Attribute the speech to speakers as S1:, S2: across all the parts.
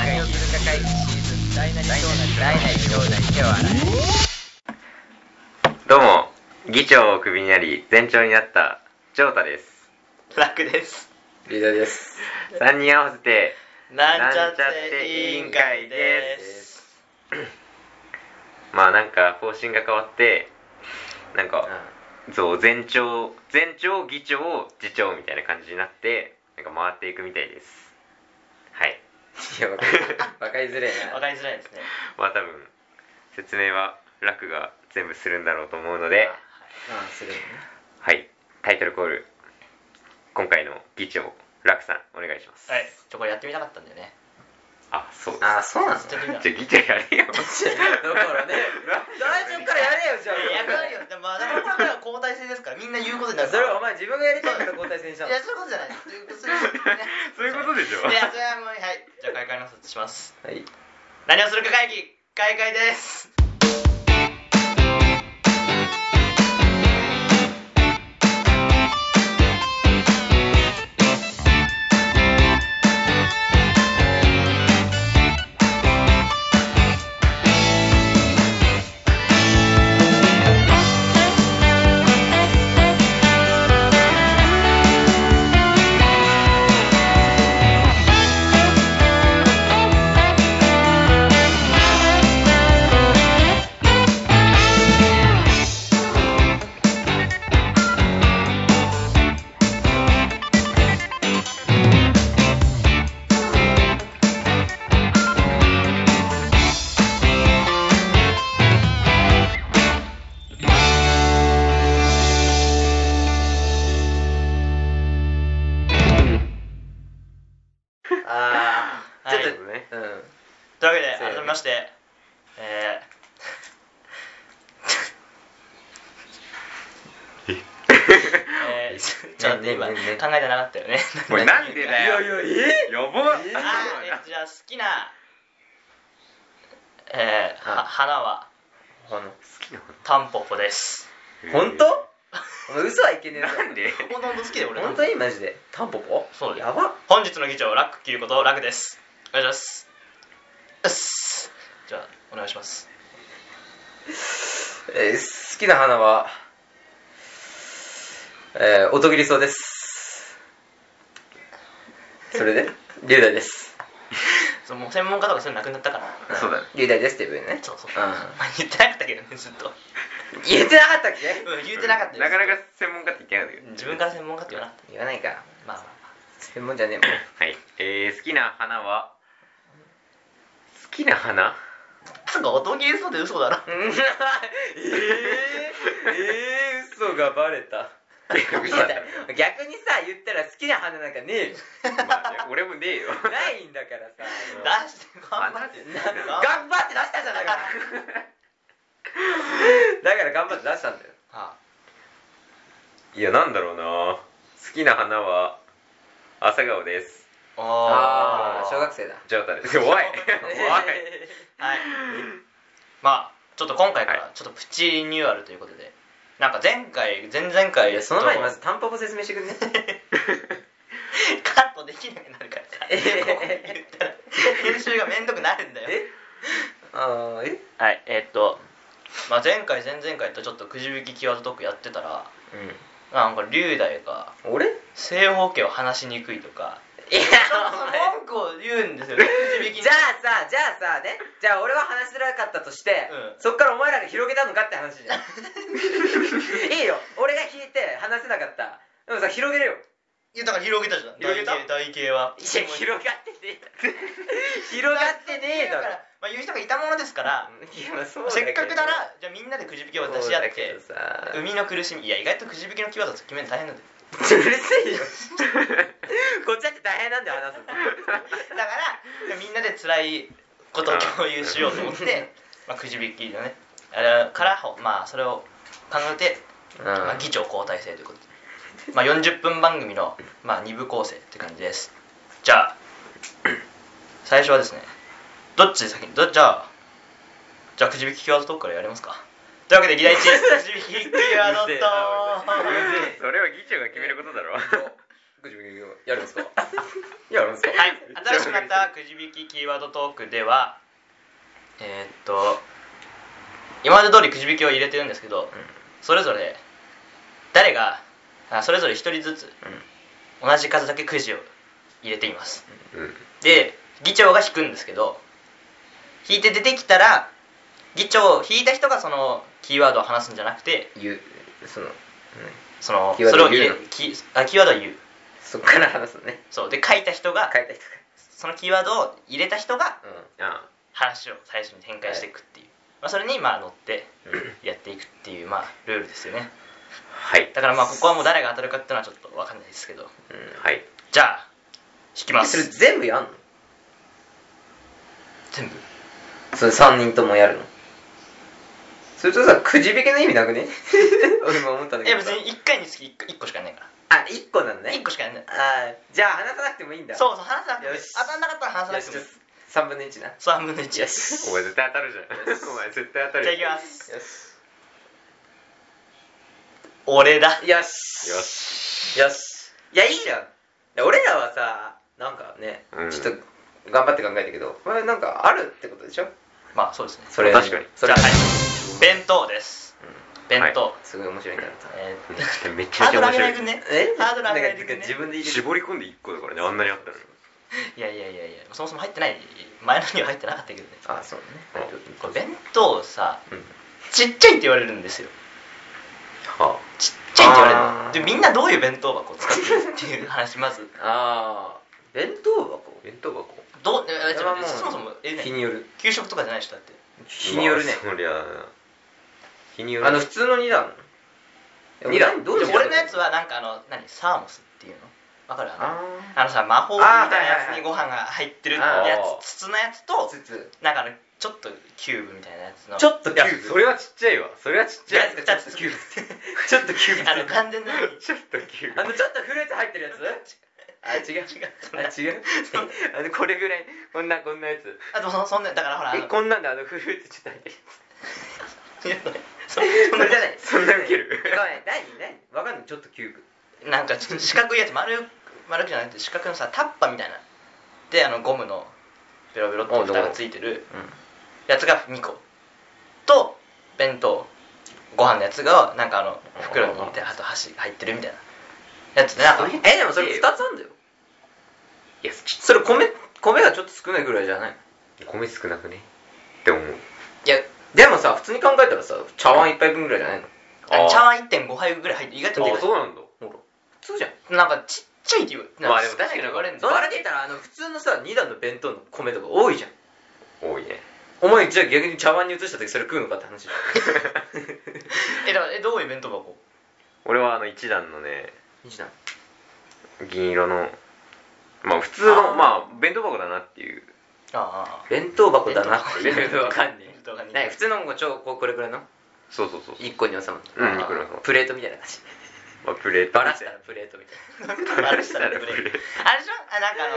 S1: 会シーズン大なり小なり大なり小なり手を洗え
S2: どうも議長をクビになり全長になったジョータです
S3: 楽です
S4: リーダーです。
S2: 3人合わせて
S3: なんちゃって委員会です
S2: まあなんか方針が変わってなんか、そう全長全長議長次長みたいな感じになってなんか回っていくみたいですはい
S4: いや、わかりわかりづれえ
S3: わ
S4: な。
S3: かりづらいですね
S2: まあ多分説明は楽が全部するんだろうと思うので
S4: ああ、するよね。
S2: はいタイトルコール今回の議長楽さんお願いします
S3: はいちょこれやってみたかったんだよね
S2: あそうです
S4: ああ、そうなの
S3: ちょっとみんな
S2: じゃあ議長やれよ
S4: だか らね、最初からやれよ、じゃ
S3: いや役割
S4: あ。
S3: をでもまあだからこれから交代制ですからみんな言うことになる
S4: それお前自分がやりたいから交代制にした
S3: い
S4: の。
S3: や
S4: はい。
S3: そういうことじゃないそういうことそういうことね
S2: そういうことでしょ
S3: いやそれはもうはいじゃあ開会の卒します
S4: はい。
S3: 何をするか会議開会です
S4: ああ、
S3: は
S4: ち
S3: い
S4: ょっ
S2: そうね
S4: と、うん。
S3: というわけで
S4: そう
S3: 改めましてえーえー、 ちょっと待って今考
S4: ねねねね
S3: えてなかったよ ね
S2: これなんでだ よ
S4: いやいや、え
S2: やばっ
S4: え
S3: あーえじゃあ好きなえー、は
S4: あ
S3: 花は
S4: ほの
S3: タンポポです
S4: 本当お前嘘はいけねえぞ。
S2: なんで
S3: 本当本当好きで俺
S4: 本当にマジで。タンポポ
S3: そうだよ
S4: やば。
S3: 本日の議長ラックキーことラクですお願いしますうっすじゃあお願いします
S4: えー好きな花は、えー、音切りそうです。それで、龍大です。
S3: そうもう専門家とかそういうのなくなったから
S2: そうだね
S4: 龍大ですって言うね。
S3: そうそう、
S4: うん
S3: まあ、言ってなかったけどねずっと、う
S4: 言ってなかったっけ
S3: ん、言ってなかったよ
S2: なかなか専門家って言ってないんだけど
S3: 自分から専門家って言わなかっ
S4: 言わないか。
S3: たまあまあ
S4: 専門じゃねえもん。
S2: はいえー、好きな花は好きな花
S3: まあつうか音切れそうで嘘だろ
S4: えー、えー、嘘がバレた。
S2: 逆に
S4: 逆にさ、言ったら好きな花なんかねえよ。
S2: ま あね俺もねえよ
S4: ないんだからさ。
S3: 出して頑張って
S2: 話
S4: な
S3: な
S4: 頑張って出したじゃんだから。だから頑張って出したんだよ。
S3: あ
S2: いやなんだろうな好きな花は朝顔です
S3: あ
S4: あー小学生だ。
S2: ジョータです怖い怖い
S3: はいまあちょっと今回からちょっとプチリニューアルということでなんか前回前々
S4: い
S3: 回
S4: やその前にま
S3: ず
S4: ずタンポポ説明して くんね
S3: カットできなくなるからさ、
S4: えー
S3: こう言ったら編集がめんどくなるんだよ
S4: えあーえ
S3: はいえーっと、まあ、前回前々回とちょっとくじ引きキーワードトークやってたらなんか龍大が
S4: うん俺いや
S3: 正方形を話しにくいと か
S4: お前
S3: 文句を言うんですよね くじ引きに
S4: じゃあさじゃあさねじゃあ俺は話しづらかったとして、
S3: うん
S4: そっからお前らが広げたのかって話じ ゃんいいよ俺が引いて話せなかったでもさ広げるよ
S3: いやだから広げたじゃん
S4: 広げた
S3: 台形はい
S4: や広がってね え広がってねえだろ
S3: から、まあ、言う人がいたものですから、
S4: いやまあそうだ
S3: せ
S4: けど
S3: っかくならじゃあみんなでくじ引きを出し合っ
S4: そうだけ
S3: て
S4: どさ
S3: 海の苦しみいや意外とくじ引きのキーワード決めるの大変なんだよ
S4: うるせえよこっちだって大変なんだよ話すの
S3: だからみんなで辛いことを共有しようと思って、まあ、くじ引きのねあれからほまあそれを考えて、まあ、議長交代制ということで、まあ、40分番組の、まあ、2部構成って感じですじゃあ最初はですねどっち先にどじゃあじゃあくじ引きキーワードトークからやりますかというわけで議題1くじ引きキーワードトーク
S4: うぜえ
S2: それは議長が決めることだろ
S4: くじ引きをやるんですかやるんですか
S3: はい、新しくなったくじ引きキーワードトークではえーっと今まで通りくじ引きを入れてるんですけど、それぞれ誰があそれぞれ1人ずつ同じ数だけくじを入れています、
S2: うん
S3: で議長が引くんですけど引いて出てきたら議長引いた人がそのキーワードを話すんじゃなくて
S4: 言うその、うん
S3: その
S4: キーワ
S3: そ
S4: ード
S3: れ
S4: を
S3: を入
S4: 言う
S3: れ
S4: の
S3: きあキーワードを言う
S4: そっから話すのね
S3: そうで書いた人が
S4: 変えた人
S3: そのキーワードを入れた人が
S4: が
S2: あ
S3: 話を最初に展開していくっていう、まあ、それにまあ乗ってやっていくっていうまあルールですよね
S2: はい
S3: だからまあここはもう誰が当たるかっていうのはちょっと分かんないですけど
S4: うん、うん
S2: はい
S3: じゃあ引きま
S4: えそれ
S3: す
S4: 全部やんの
S3: 全部
S4: それ3人ともやるのそれとさくじ引きの意味なくね 俺も思った
S3: い
S4: んだけ
S3: や
S4: ど
S3: 別
S4: さ
S3: に1回につき 1, 個しかないか
S4: あ一1個なんだ
S3: ら
S4: ね
S3: 1個しかない
S4: あーじゃあ話さなくてもいいんだ
S3: そうそう話さなくてもいい
S4: よし
S3: 当たんなかったら話さなくてもいい
S4: 3分の1なよ
S3: 3分の1です
S2: お前絶対当たるじゃんお前絶対当たる
S3: じゃあいきます
S4: し
S3: 俺だ
S4: よし
S2: よし
S4: よしいやいいじゃんいや俺らはさなんかね、
S2: うん
S4: ちょっと頑張って考えたけどこれなんかあるってことでしょ
S3: まあそうですね
S4: それ
S2: 確かに
S4: それ
S3: じゃあはい弁当です弁当、
S4: すごい面白いんだろうな
S3: えー
S2: めち
S3: ハ
S2: ゃ
S3: ー
S2: めち
S3: ド
S2: ゃ
S3: ル上げ
S2: 面
S3: ない
S2: 白
S3: くん
S2: い
S3: ね
S4: え
S3: ハードル上げない
S4: ん
S3: く
S4: か
S3: んね
S4: 自分で入れる
S2: 絞り込んで1個だからねあんなにあったのに
S3: いやいやいやいやそもそも入ってない前のには入ってなかったけどね
S4: あそうね
S2: うん
S3: これ弁当さ
S4: うん
S3: ちっちゃいって言われるんですよ
S2: は
S3: ちっちゃいって言われる
S4: あー
S3: のでみんなどういう弁当箱を使ってるっていう話まず
S4: ああ弁当箱
S2: あ弁当箱
S3: どうえ
S4: それはもう
S3: そもそもえ
S4: 日による
S3: 給食とかじゃない人だって
S4: 日によるね
S2: まあそりゃあ日による
S4: あの普通の2段
S2: 二段
S4: どう
S3: で
S4: で
S3: も
S4: も
S3: 俺のやつはなんかあの何サーモスっていうのわかるあ
S4: あ
S3: のあのさ魔法みたいなやつに
S4: あー
S3: ご飯が入ってる
S4: あー
S3: やつ筒のやつと
S4: つつ
S3: なんかあのちょっとキューブみたいなやつの
S4: ちょっと
S2: い
S4: キュ
S2: や
S4: ーブ
S2: それはちっちゃいわそれはちっちゃい
S3: いや
S4: ちょっとキューブちょっとキューブ
S3: あの完全な
S2: ちょっと急
S4: あのちょっとフルーツ入ってるやつあ 違う
S3: 違う
S4: あ違うあのこれぐらいこんなこんなやつ
S3: あでもそそんなだからほらあ
S4: え
S3: の
S4: こんなんであのフルーツちょっと入ってる
S3: いや そ
S4: そ
S3: そんな
S4: れじゃない
S2: そんなウケる
S4: ごめん何何わかんないちょっとキューブ
S3: なんかちょっと四角いやつ丸丸くじゃなくて四角のさタッパみたいなであのゴムのベロベロって蓋がついてるやつが2個と弁当ご飯のやつがなんかあの袋に入れてあと箸入ってるみたいなやつでなんか
S4: えでもそれ2つあんだよ
S2: いやち
S4: それ米米がちょっと少ないぐらいじゃない
S2: 米少なくねって思う
S3: いや
S4: でもさ普通に考えたらさ茶碗1杯分ぐらいじゃないの
S2: あー
S3: 茶碗1.5杯ぐらい入って意外とで
S2: あ
S3: か
S2: そうなんだ
S4: ほら普通じゃん
S3: いなんかちっちゃいって言うなん
S2: まあでも確かに
S3: 言われるん
S4: そ
S3: だ
S4: うあれで言ったらあの普通のさ2段の弁当の米とか多いじゃん
S2: 多いね
S4: お前じゃあ逆に茶碗に移した時それ食うのかって話
S3: えだからえどういう弁当箱
S2: 俺はあの一段のね
S4: 2段
S2: 銀色のまあ普通の
S4: あー
S2: まあ弁当箱だなっていう
S3: あ
S4: 弁当箱だなっ
S3: あ
S4: ていうのわかん ね
S3: 弁当が
S4: え
S3: ね
S4: ね普通のもうちょこうこれくらいの
S2: そうそうそうそう
S4: 1個に収まる
S2: うん一個に収まる
S4: プレートみたいな感じ
S2: まあプレート
S4: バラしたらプレートみたい
S3: バラしたらブ レーキあれでしょあなんかあ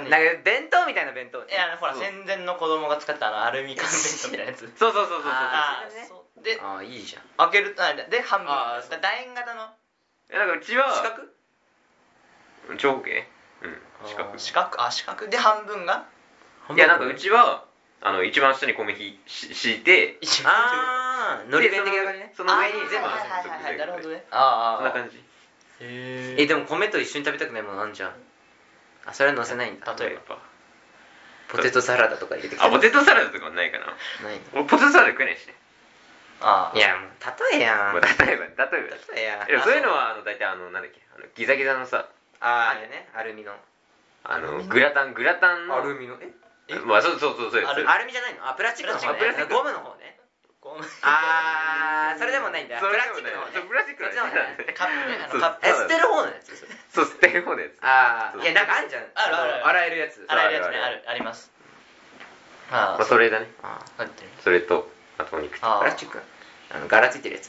S3: の
S4: ななんか弁当みたいな弁当ね
S3: いやあのほら
S2: そう
S3: 戦前の子供が使ったあのアルミ缶弁当みたいな やつ
S2: そうそうそうそうそう
S4: あ
S3: あ
S4: ー
S3: ーそうで
S4: ああいいじゃん
S3: 開けるとあで半分
S4: あーそう
S3: だ楕円型の
S2: えなんかうちは
S4: 四角
S2: 長形うん四
S4: あ
S2: 角
S4: ー
S3: 四角あ四角で半分が
S2: いやなんかうちはあの一番下に米ひし敷いて
S3: 一番
S4: ああのり弁的な感じね
S2: その上に
S3: あー
S2: 全部
S3: はい
S2: 全
S3: はいはい
S2: 部
S3: はい
S2: 全部
S3: なるほどね
S4: あ
S2: そんな感
S4: じ
S2: じ
S3: へ
S4: えでも米と一緒に食べたくないものあんじゃんあそれは乗せないんだ
S3: 例えば
S2: やっぱ
S4: ポテトサラダとか入れてきた
S2: あポテトサラダとかはないかな
S4: ない
S2: 俺ポテトサラダ食えないしね
S3: あ
S4: いやもう例えや
S2: まあ
S4: ん
S2: 例えば例えば
S4: 例えや
S2: いやそういうのはあの大体あのなんだっけあのギザギザのさ
S4: あーあれねアルミの
S2: あのグラタングラタンの
S4: ミのえ
S2: まあそうそうそうそうです
S3: ある
S4: アルミじゃないのあプラスチックの方ね
S3: プラスチック
S4: ゴムの方ね
S3: ごめん
S4: あーそれでもないんだ
S2: そ
S4: プ
S2: れ
S4: ラ
S2: で
S4: スチ
S2: も
S4: ック
S2: ないそうプ
S4: の方ね
S2: ラスチックの方ね
S4: そっちの方ね
S3: カップねあ
S2: そ
S3: の
S2: う
S3: カップ
S4: え捨てる方のやつです
S2: そう捨てる方のやつ
S4: あ
S2: そ
S4: あ
S2: う
S4: いやなんかあんじゃん
S3: あるあるある
S4: 洗えるやつ
S3: 洗えるやつね
S2: あ
S3: あ
S2: る
S3: るありますあ
S2: まあ
S3: あ
S2: それだね
S4: あ
S3: 入ってる
S2: それとあとお肉と
S4: ー
S3: あ
S4: プラスチックあの柄ついてるやつ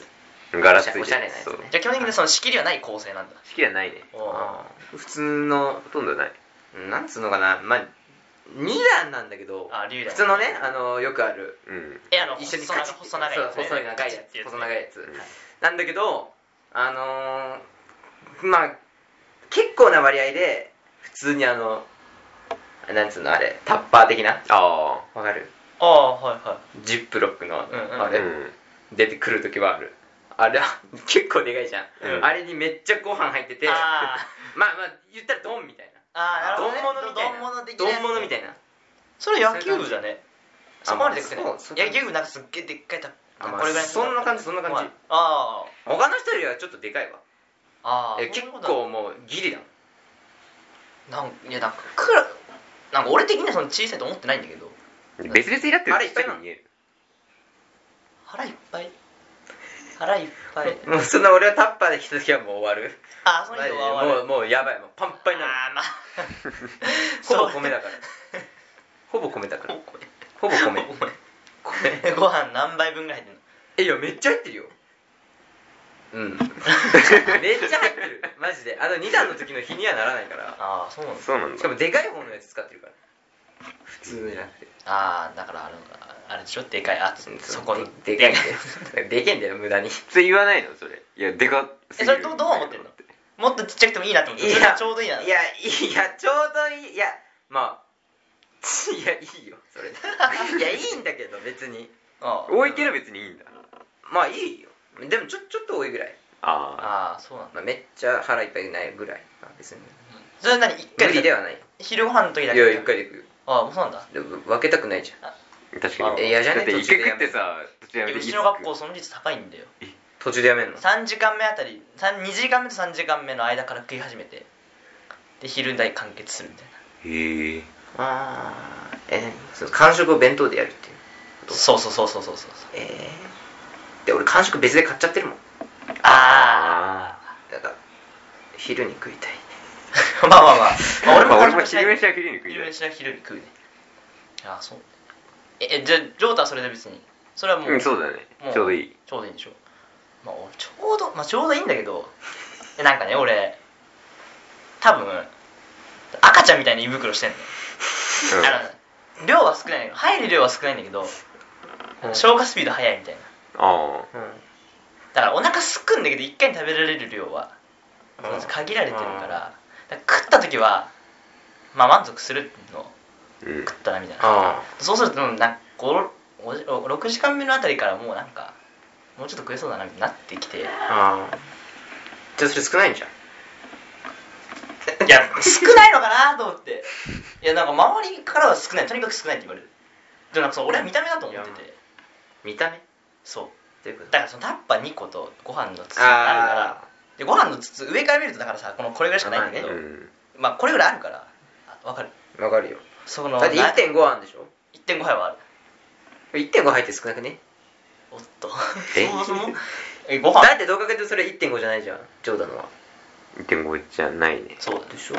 S2: ガラついてる
S4: おしゃれなやつね
S2: そう
S3: じゃあ基本的にその仕切りはない構成なんだ
S2: 好きじゃないね
S3: おー
S4: 普通の
S2: ほとんどない
S4: なんつうのかなまあ2段なんだけど
S3: あ龍だ
S4: 普通のねあのよくある
S2: うん
S3: えあの
S4: 一緒に
S3: 細長い
S4: カチッ
S3: 細長いやつね
S4: そう細長いや
S3: カチッてや
S4: つ
S3: つね
S4: 細長いやつ
S2: うん
S4: なんだけどあのーまあ結構な割合で普通にあのなんつうのあれタッパー的な
S2: あ
S4: わかる
S3: ああはいは
S4: ジップロックの
S3: うんうん
S4: あ
S2: あ
S4: れ、
S2: うん
S4: 出てくる時はあるあれ 結構でかいじゃん、
S2: うん
S4: あれにめっちゃご飯入ってて
S3: いああ
S4: まあまあ言ったらドンみたいな
S3: ああなるほど、ね、
S4: 丼物みたいな
S3: 丼物的
S4: 丼物み
S3: い
S4: たいな
S3: それ野球部だね
S4: そ
S3: そう
S4: いう
S3: こま
S4: 感
S3: で
S4: じ
S3: でくね
S4: あそうそう
S3: 野球部なんかすっげえでっかいた
S4: あまあ
S3: これぐらいの
S4: そんな感じそんな感じ
S3: はいあ
S4: 他の人よりはちょっとでかいわ
S3: あああ
S4: え結構もうギリだもん
S3: なんいやなんかくらなんか俺的にはその小さいと思ってないんだけど
S2: 別々になってる
S4: あれ
S2: ちっちゃいに見える
S3: 腹いっぱい腹いっぱい
S4: もうそんな俺はタッパーで来た時はもう終わる
S3: ああその人は終わ
S4: もうもうやばいもうパンパンになる
S3: ああまあ
S4: ほぼ
S3: そう
S4: 米だからほぼ米だから
S3: ほぼ米
S4: ほぼ 米
S3: ほぼ米ご飯何杯分ぐらい入ってんの
S4: えいやめっちゃ入ってるようん めっちゃ入ってるマジであの2段の時の日にはならないから
S3: ああそうなんだ
S2: そうなん
S4: し
S2: だ
S4: かもでかい方のやつ使ってるから普通じゃなくて
S3: ああだからあのあれでしょでかいあそこに
S4: でかいんだ よでけえんだよ無駄に
S2: それ言わないのそれいやでかす
S3: え
S2: ぎ
S3: そ
S2: る
S3: れどうどう思ってんのもっとちっちゃくてもいいなと思って
S4: いや
S3: それがちょうどいいない
S4: やいやちょうどいいいやまあ いやいいよそれ いやいいんだけど別 に
S3: あ
S2: 多いけど別にいいんだ
S4: まあいいよでもちょちょっと多いぐらい、
S2: ああ
S3: ああそうなんだ
S4: まあ、めっちゃ腹いっぱいないぐらい、まあ、別に
S3: それ何一
S4: 無
S3: 回
S4: 理ではないい
S3: 昼ご飯の時だ
S4: や
S3: け
S4: 一回で行くよ
S3: ああもうそうなんだ
S4: でも分けたくないじゃん
S2: 確か
S4: あ
S2: に
S4: いやじゃね
S2: だって
S4: 途
S2: 一
S4: 中で
S2: 回食ってさ途中やめて
S3: う
S2: いつ
S3: ち
S2: 食
S3: の
S2: う
S3: 学校その率高いんだよ
S4: 途中でやめんの
S3: 3時間目あたり三2時間目と3時間目の間から食い始めてで昼代完結するみたい
S2: へえ
S4: ああえその完食を弁当でやるっていう
S3: なそうそうそうそうそう そう
S4: えー、で俺完食別で買っちゃってるもん
S3: あ
S4: だから昼に食いたい
S3: あまあまあまあまあ俺も
S2: 俺も
S3: 完食したい
S2: 昼飯は昼に食い
S3: 昼
S2: たい
S3: 飯は昼に食うねああそうええじゃあジョータはそれで別にそれはもう、
S2: うんそうだね
S3: も
S2: ちょうどいい
S3: ちょうどいいでしょまあ俺ちょうどまあちょうどいいんだけどえなんかね俺多分赤ちゃんみたいな胃袋してんの、あの量は少ないの入る量は少ないんだけど
S4: うん
S3: 消化スピード速いみたいな
S2: ああ
S4: うん
S3: だからお腹すくんだけど一回に食べられる量は
S4: うん
S3: 限られてるからだから食った時はまあ満足するの
S2: うん
S3: 食ったなみたいな
S4: あ
S3: そうするとなんか5 6時間目のあたりからもうなんかもうちょっと食えそうだなみたいになってきてい
S4: あああじゃあそれ少ないんじゃん
S3: や少ないのかなと思っていやなんか周りからは少ないとにかく少ないって言われるでもなんかそう俺は見た目だと思って
S4: い
S3: て
S4: 見た目っ
S3: そう
S4: ていうこと
S3: だからそのタッパー2個とご飯の筒があるから
S4: あ
S3: でご飯の筒上から見るとだからさこのこれぐらいしかないんだけど、
S4: あ
S2: う
S4: ま
S2: ん
S3: まあこれぐらいあるからあわかる
S4: あわかるよ
S3: その
S4: だって
S3: な
S4: 1.5あんでしょ
S3: 1.5杯はある
S4: 1.5入って少なくね
S3: おっと
S2: え
S3: そもそも えご飯
S4: だってどう考えてもそれ1.5じゃないじゃんジョーダンのは
S2: 1.5じゃないね
S3: そうだ
S4: でしょ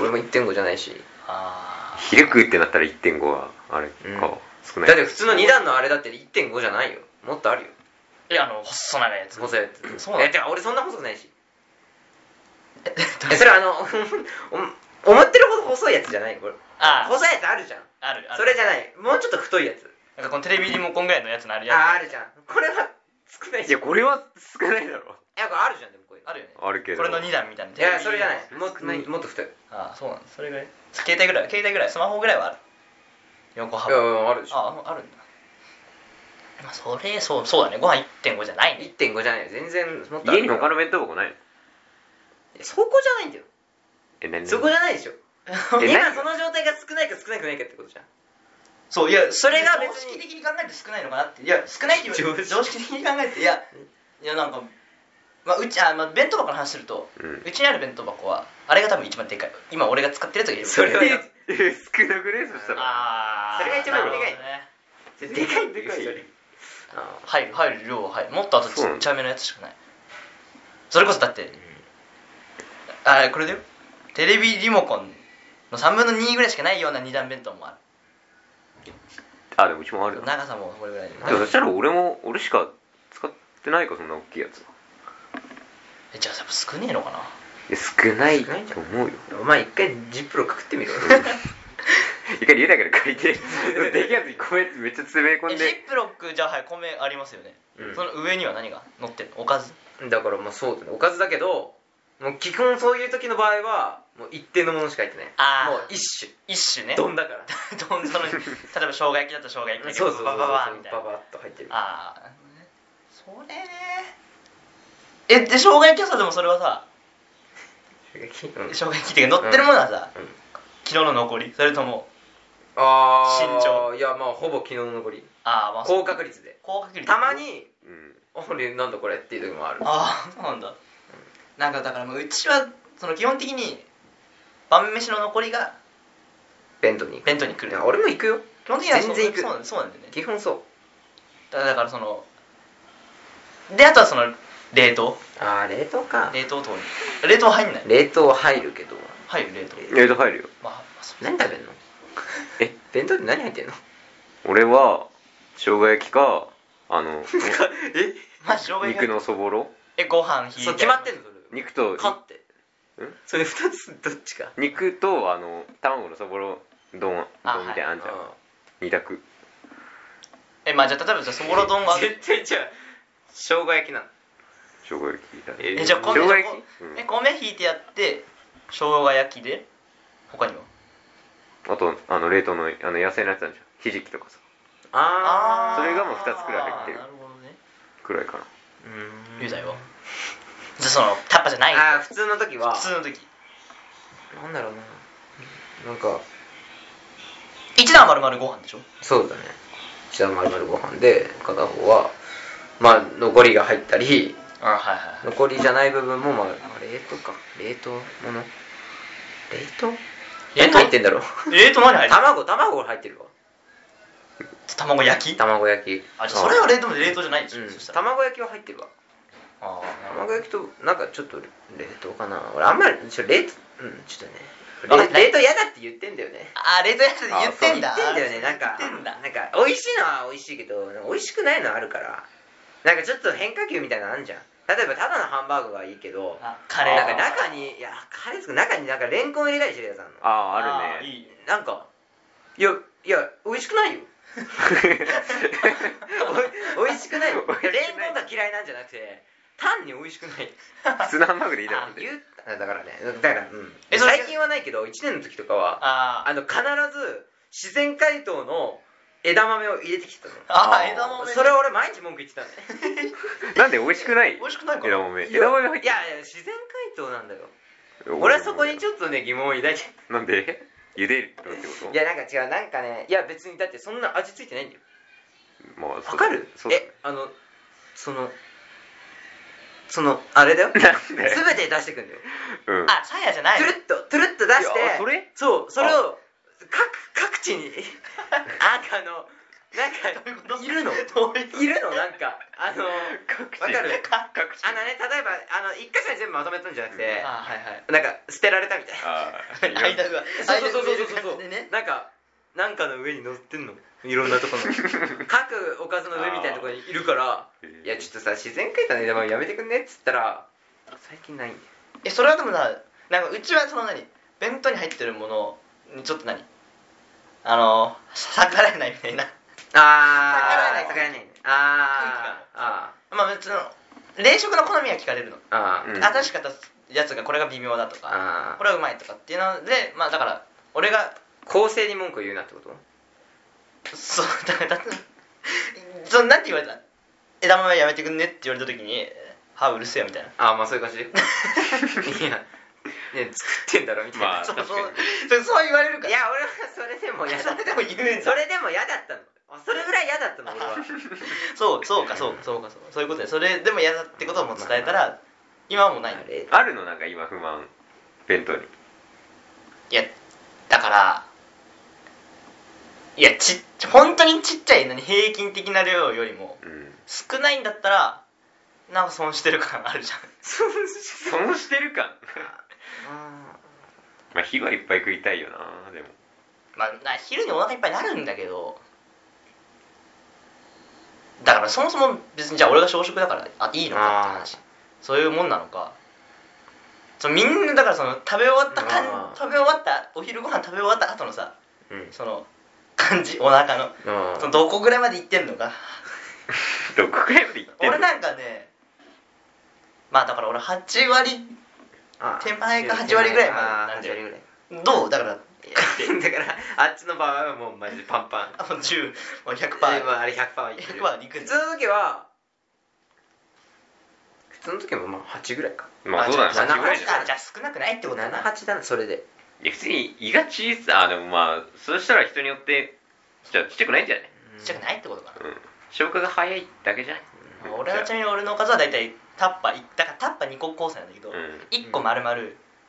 S4: 俺も1.5じゃないし
S3: あー
S2: 昼食うってなったら1.5はあれか、
S4: うん
S2: 少ない
S4: だって普通の2段のあれだって1.5じゃないよもっとあるよ
S3: えあの細長いやつ
S4: 細いやつ
S3: そうなの
S4: えてか俺そんな細くないし
S3: えど
S4: え
S3: れ
S4: それあの お思ってるほど細いやつじゃないこれ
S3: あー
S4: 細いやつあるじゃん
S3: あるある
S4: それじゃ
S3: ない
S4: ないもうちょっと太いやつ
S3: なんかこのテレビリモコンぐらいのやつのあるやつ
S4: ああるじゃんこれは少ない
S2: い
S4: じ
S2: や
S4: ゃんい
S2: これは少ないだろ
S4: やこれあるじゃんでもこういうの
S3: あるよね
S2: あるけ
S3: こ
S2: ど
S3: れの2段みたいない
S4: やそれじゃないも
S2: 少ない
S4: っともっと太い
S3: ああそうなんだそれぐらい携帯ぐらい携帯ぐらいスマホぐらいはある横幅
S4: やある
S3: あああるんだまあそれそうそうだねご飯1.5じゃないね
S4: 1.5じゃないよ全然もっとあ
S2: 家
S4: る
S2: に
S4: から
S2: 他の弁当箱ないの
S4: いやそこじゃないんだよ
S2: え何
S4: そこじゃないでしょ
S2: え
S4: 今
S2: 何
S4: その状態が少ないか少なくないかってことじゃん
S3: そういやそれが
S4: 別
S3: 別
S4: に
S3: に常識的に考えて少ないのかなっていや少ないって言われて 常識的に考えていやいやなんか、まあ、うちあ、まあ、弁当箱の話すると、
S2: うん
S3: うちにある弁当箱はあれが多分一番でかい今俺が使ってるやつがいる
S4: それはや
S2: ええ少なくねそしたら
S3: ああ
S4: それが一番でかい
S3: ね
S4: でかいって
S2: でかい
S4: それあ
S3: 入る入る量は入るもっとあとち
S2: そうなの
S3: っちゃめのやつしかないそれこそだってあこれだよテレビリモコンの3分の2ぐらいしかないような二段弁当もあ
S2: あでもうちもある
S3: る
S2: な
S3: 長さもこれぐらいで
S2: でもそしたら俺も俺しか使ってないかそんな大きいやつは
S3: えじゃあやっぱ少ねえのかない
S2: や少ない
S4: 少ないんじゃ
S2: と思うよ
S4: ーお前一回ジップロック食ってみろよ
S2: 一回家だから借 りてできやつに米めっちゃ詰め込
S3: え
S2: ん
S3: ジ
S2: で
S3: ップロックじゃあはい米ありますよね、
S4: うん
S3: その上には何が乗ってるのおかず
S4: だからまあそうだねおかずだけどもう基本そういう時の場合はもう一定のものしか入ってない
S3: あー
S4: もう一種
S3: 一種ね
S4: ドンだから
S3: どんその例えば生姜焼きだと生姜焼きだけ
S4: そう
S3: ど
S4: そうそう
S3: バババーンみたいな
S4: ババッと入ってる
S3: ああなるほどねそれねえで生姜焼きはさでもそれはさ
S4: うん
S3: 生姜焼きっていうか乗ってるものはさ、
S4: うん
S3: 昨日の残りそれとも
S4: あー
S3: 身長
S4: いやまあほぼ昨日の残り
S3: ああまあ
S4: 高確率で
S3: 高確率
S4: たまに
S2: うん
S4: 「俺なんだこれ」っていう時もある
S3: ああそうなんだなんかだからもううちはその基本的に晩飯の残りが
S4: 弁当に行く
S3: 弁当に来る
S4: いや俺も行くよ
S3: 基本的には
S4: 全然行く
S3: そうなんそうなんだよね
S4: 基本そう
S3: だからだからそのであとはその冷凍
S4: ああ冷凍か
S3: 冷凍等に冷凍入んない
S4: 冷凍入るけど
S3: 入る冷凍
S2: 意外と入るよ
S3: まあそう
S4: 何食べんの
S2: え
S4: 弁当って何入ってんの
S2: 俺は生姜焼きかあ の
S4: え
S3: まあ生姜焼き
S2: 肉のそぼろ
S3: えご飯ひいて
S4: そう決まってんのそれ
S2: 肉と
S4: かって
S2: ん
S4: それ二つどっちか
S2: 肉とあの卵のそぼろ丼
S3: あ
S2: 丼みたいなのあんじゃん、
S4: はい
S2: 二択
S3: えまあじゃあ例えばじゃあそぼろ丼がある
S4: 絶対じゃあ生姜焼きなの
S2: 生姜焼きだね
S4: え
S3: えじゃあ
S4: 生
S3: 米
S4: 姜
S3: じゃあ
S2: 焼き
S3: こ
S2: うん
S3: え米ひいてやって生姜焼きで他には
S2: あとあの冷凍のあの野生のやつなんじゃんひじきとかさ
S4: あ
S2: ーそれがも
S3: も
S2: う二つくらい入ってる
S3: なるほどね
S2: くらいかな
S4: うーん
S3: 雄大はじゃあそのタッパじゃない
S4: あー普通の時は
S3: 普通の時
S4: なんだろうななんか
S3: 一段丸々ご飯でしょ
S4: そうだね一段丸々ご飯で片方はまあ残りが入ったり
S3: あはいはいはい
S4: 残りじゃない部分もまああ冷凍か冷凍もの冷凍
S3: 冷
S4: 何
S3: 凍
S4: 入ってんだろう
S3: 冷凍何入ってる
S4: 卵卵入ってるわ
S3: 卵焼き
S4: 卵焼き
S3: あじゃあそれは冷凍で冷凍じゃないでしょ、
S4: うん
S3: そしたら
S4: 卵焼きは入ってるわ
S3: あーな
S4: 卵
S3: る
S4: 焼きとなんかちょっと冷凍かな俺あんまりちょ冷凍うんちょっと
S3: わか
S4: ね
S3: んない
S4: 冷冷凍嫌だって言ってんだよね
S3: あー冷凍やつ言ってんだ
S4: 言ってんだよねなんか
S3: 言ってんだ
S4: なんか美味しいのは美味しいけどなんか美味しくないのあるからなんかちょっと変化球みたいなのあんじゃん例えばただのハンバーグはいいけど
S3: あカレー
S4: なんか中にいやカレーですか中になんかレンコン入れたりしてるやつあんの
S2: ああーある ね
S3: いい
S4: なんかいやいや美味しくないよ おい美味しくないよ
S2: 美味しくない
S4: レンコンが嫌いなんじゃなくて単に美味しくない
S2: 普通のハンバーグでいいだろ
S4: あ
S2: うね
S4: 言うあだからねだから、うん、
S3: えそれ
S4: 最近はないけど1年の時とかは
S3: あー
S4: あの必ず自然解凍の枝豆を入れてきてたの
S3: あ
S2: あー
S3: ー枝豆ね
S4: それ俺毎日文句言ってた のね
S2: なんで美味しくない
S3: 美味しくないか
S2: 枝
S3: ら
S2: 豆枝豆入っ
S4: い
S2: て
S4: やいや自然解凍なんだよ俺はそこにちょっとね疑問を抱いて
S2: なんで茹でるってこと
S4: いやなんか違うなんかねいや別にだってそんな味ついてないんだよ
S2: まあ
S4: わかる
S2: そうだね
S4: えあのそのそのあ れだよ
S2: なんで
S4: 全て出してくんだよ
S2: うん
S3: あサーヤじゃない
S4: トゥ
S3: の
S4: ルッとトゥルッと出し
S2: いや
S4: て
S2: あそれ
S4: そうそれを各各地になんかあのなんかいるの
S3: どういうこと
S4: いるのなんかあの
S2: 各地
S4: わかる
S2: 各地
S4: あのね例えばあの一箇所に全部まとめたんじゃなくて
S3: あはいはい
S4: なんか捨てられたみたいな
S2: あーいろんな
S3: 間 が
S4: そうそうそうそうそ
S3: 間が埋める感
S4: う
S3: じでね
S4: なんかなんかの上に乗ってんのいろん なとこの各おかずの上みたいなとこにいるから
S2: あー
S4: いやちょっとさ自然界の枝豆やめてくんねっつったら最近ないんだよ
S3: えそれはでもななんかうちはその何弁当に入ってるものにちょっと何あの逆らえないみたいな
S4: あー
S3: 逆らえない
S4: 逆らあーあ
S3: まあ別の冷食の好みは聞かれるの、
S4: ーあー
S2: うん
S3: あ確かたやつがこれが微妙だとか
S4: あー
S3: これはうまいとかっていうのでまあだから俺が
S4: 構成に文句言うなってこと
S3: そう だからだってそのなんて言われた枝豆やめてくんねって言われた時に歯うるせえよみたいな
S4: ああまあそういう感 じいやね作ってんだろみたいな、
S2: ま あ
S3: そうそう
S2: 確か
S3: そうそう言われるから
S4: いや俺はそれでも嫌だ
S3: それでも言うんだ
S4: それでも嫌だったのあそれぐらい嫌だったの俺 は
S3: そうそうかそうかそうかそうかそういうことでそれでも嫌だってことをもう伝えたら今はもうないの
S4: あれ
S2: あるのなんか今不満弁当に
S3: いやだからいやちっ本当にちっちゃいのに平均的な量よりも
S2: うん
S3: 少ないんだったらなんか損してる感あるじゃん
S4: そう
S2: 損してる感
S4: あ
S2: まあ火はいっぱい食いたいよなでも
S3: まあな昼にお腹いっぱいになるんだけどだからそもそも別にじゃあ俺が小食だからあいいのかって話そういうもんなのかそうみんなだからその食べ終わった
S4: あ
S3: 感
S4: ー
S3: 食べ終わったお昼ご飯食べ終わった後のさ
S4: ーうん
S3: その感じお腹の
S4: あ
S3: そのどこぐらいまでいってんのか
S2: どこくらいまで行ってんの
S3: 俺なんかねまあだから俺8割
S4: あ
S3: 先輩が8割ぐらいまでなん
S4: 8
S3: だ
S4: 割
S3: よ
S4: ぐらい
S3: どうだから
S4: だからあっちの場合はもうマジでパンパン
S3: あもう10もう100%100%
S4: でもあれ100%はいってる
S3: いく
S4: 普
S3: ん
S4: 通
S3: だ
S4: の時は普通の時もまあ8ぐらいか
S2: まあそうだね
S3: じゃあ
S2: 8ぐらい
S3: じ
S2: じ
S3: ゃあ
S2: ゃ
S3: あ
S2: ない
S3: じゃあ少なくないってことだな
S4: 78だなそれで
S2: いや普通に胃が小さいあでもまあそうしたら人によってじゃあちっちゃくないんじゃない、
S3: ちっちゃくないってことかな
S2: うん、消化が早いだけじゃない、うん
S3: 俺はちなみに俺のおかずは大体タッパいだからタッパ2個構成なんだけど、
S2: うん
S3: 1個丸々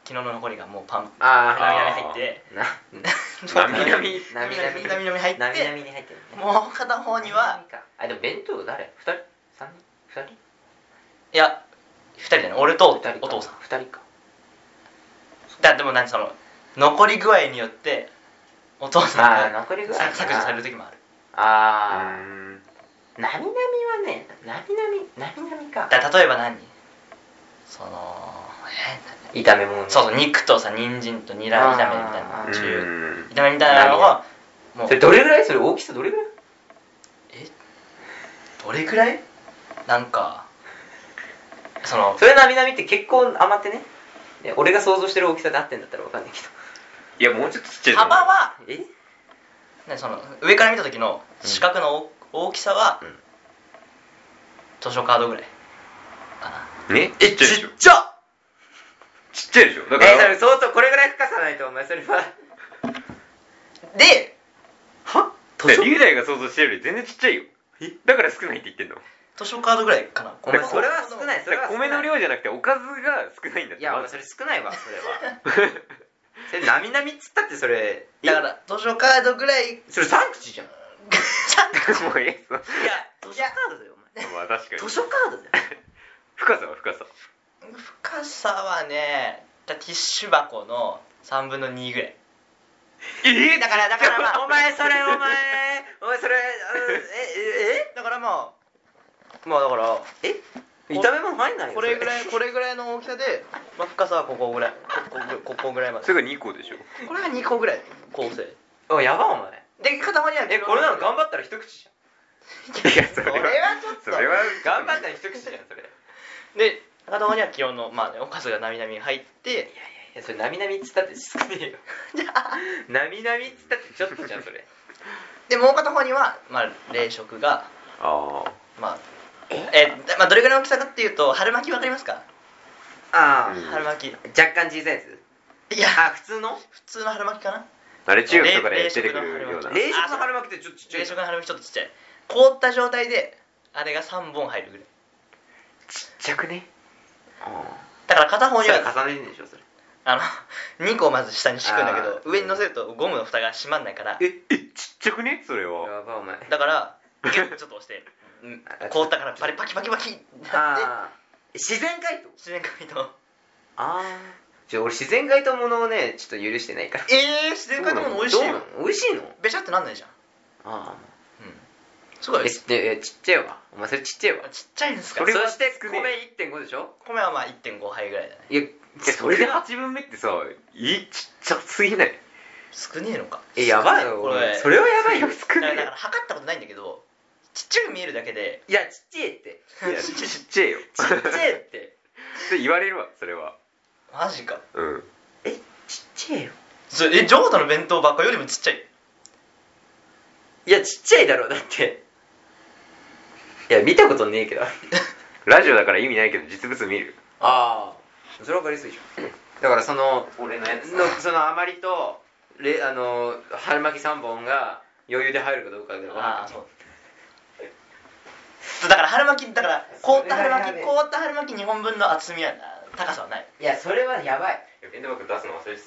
S3: 昨日の残りがもうパン
S2: ー
S4: あ
S3: 南々入って
S4: な
S2: なみなみ
S4: 並々
S3: 並々入って
S4: 並々に入ってるね
S3: もう片方には
S4: 並々かあでも弁当誰2人 ?3 人 ?2 人
S3: いや2人だね俺と
S4: 二人か
S3: お父さん
S4: 2人か
S3: だでも何その残り具合によってお父さん
S4: あー
S3: が
S4: 残り具合
S3: さ
S4: な
S3: 削除される時もある
S2: う
S4: ああ
S2: ーん
S4: なみなみはねなみなみなみなみか
S3: だから例えば何そのえー
S4: 炒め物
S3: なそうそう肉とさ人参とニラ炒めみたい
S4: あ
S3: な
S4: ー
S3: 中
S2: うん
S3: 炒めみたいなのがもう
S4: それどれぐらいそれ大きさどれぐらい
S3: えどれくらいなんかその
S4: それなみなみって結構余ってねいや俺が想像してる大きさで合ってんだったらわかんないけど
S2: いやもうちょっとちっちゃいと思う
S3: 幅は
S4: え
S3: ねその上から見た時の四角の大大きさは、
S4: うん
S3: 図書カードぐらいかな
S2: ねちっちゃいでしょ
S4: ちゃ
S2: ちっちゃいでしょだか
S4: えそれ
S2: ら
S4: 相当これぐらい深さないとお前それ は
S3: で
S4: は
S2: 龍大が想像してるより全然ちっちゃいよだから少ないって言ってんの
S3: 図書カードぐらいかな
S4: お前それは少ない
S2: だ
S4: それ
S2: か
S4: は
S2: ら
S4: 少
S2: 米
S4: な
S2: の
S4: い
S2: 量じゃなくておかずが少ないんだって
S4: いやお
S2: ま
S4: 前
S2: ず
S4: それ少ないわそれはそれなみなみっつったってそれ
S3: だから図書カードぐらい
S4: それ3口じゃんい
S2: もうええぞ
S4: 図書カードだよお
S2: まあ確か
S4: 前
S2: に
S4: 図書カード だよ
S2: 深さは深さ
S3: 深さはねだティッシュ箱の3分の2ぐらい
S2: え
S3: だからだからまあ
S4: お前それお前お前それあのええ
S3: だからま
S4: えまあだからえ炒め物入んない
S3: あ
S4: よ
S3: これぐらい
S4: そ
S3: これぐらいの大きさで、まあ、深さはここぐらいここここぐらいまで
S2: それが2個でしょ
S3: これが2個ぐらい構成で
S4: おやばお前
S3: 片方には
S4: えこれなの頑張ったら一口じ
S2: いやそれは
S3: それはちょっと
S2: それは
S4: ゃん頑張ったら一口じゃんそれいやい
S3: で片方には気温の、まあね、おかずがなみなみ入って
S4: やそれなみなみっつったって少ねえよ なみなみっつったってちょっとじゃんそれ
S3: でもう片方には、まあ、冷食が
S2: ああ
S3: まあえーまあ、どれぐらいの大きさかっていうと春巻きわかりますか
S4: あ
S2: うん
S3: 春巻き
S4: 若干小さいやつ
S3: いや
S4: あ普通の
S3: 普通の春巻きかな
S2: あれ中学とかで出てくるような
S3: あ
S4: 冷食の春巻きってちょっとちっちゃ
S3: 冷
S4: い
S3: 食の春巻きちょっとちっちゃい凍った状態であれが3本入るぐらい
S4: ちゃくねあ
S3: だから片方
S4: あ
S3: に
S4: それ
S3: は
S4: 重ねるんでしょそれ
S3: あの2個をまず下に敷くんだけ
S4: あ
S3: ど
S4: ー
S3: 上に乗せるとゴムの蓋が閉まんないから
S2: ええちっちゃくねそれは
S4: やばお前
S3: だからギュッとちょっと押してうん
S4: あ
S3: 凍ったからバリパキパキパキってなって
S4: あー自然解凍
S3: 自然解凍
S4: ああちょ俺自然解凍ものをねちょっと許してないから
S3: えー、自然解凍もの美味しいよ
S4: どうなの美味しいの
S3: べしゃってなんないじゃん
S4: あ
S3: すご
S4: あ
S3: い
S4: え
S3: です
S4: ちえちっちゃいわお前それちっちゃいわ
S3: ちっちゃいんですか
S2: それは
S4: して
S2: 少
S4: 米
S2: ねえ
S4: 1.5でしょ
S3: 米はまあ1.5杯ぐらいだね
S4: いや
S2: いやそれで8分目ってさいいちっちゃすぎない
S3: 少ねえのか
S4: えやばいよ
S3: これ
S4: それはやばいよ
S2: 少
S3: だか
S2: ね
S3: ら
S2: え
S3: だから測ったことないんだけどちっちゃく見えるだけで
S4: いやちっちゃいって
S2: いやちっちゃいよ
S4: ちっちゃいって
S2: って言われるわそれは
S3: マジか
S2: うん
S4: えちっちゃいよ
S3: それえジョータの弁当箱よりもちっちゃい
S4: いやちっちゃいだろだっていや見たことねえけどあ
S2: ラジオだから意味ないけど実物見る
S4: あそれは分かりやすいじゃんだからその
S2: 俺のやつ
S4: のその余りとれあの春巻き3本が余裕で入るかどうかで分かんない
S3: ああそうそうだから春巻きだから凍った春
S4: それはやべ
S3: 巻
S4: え
S3: き凍った春巻き2本分の厚みは高さはない
S4: いやそれはやばい
S2: 弁当箱出すの忘れて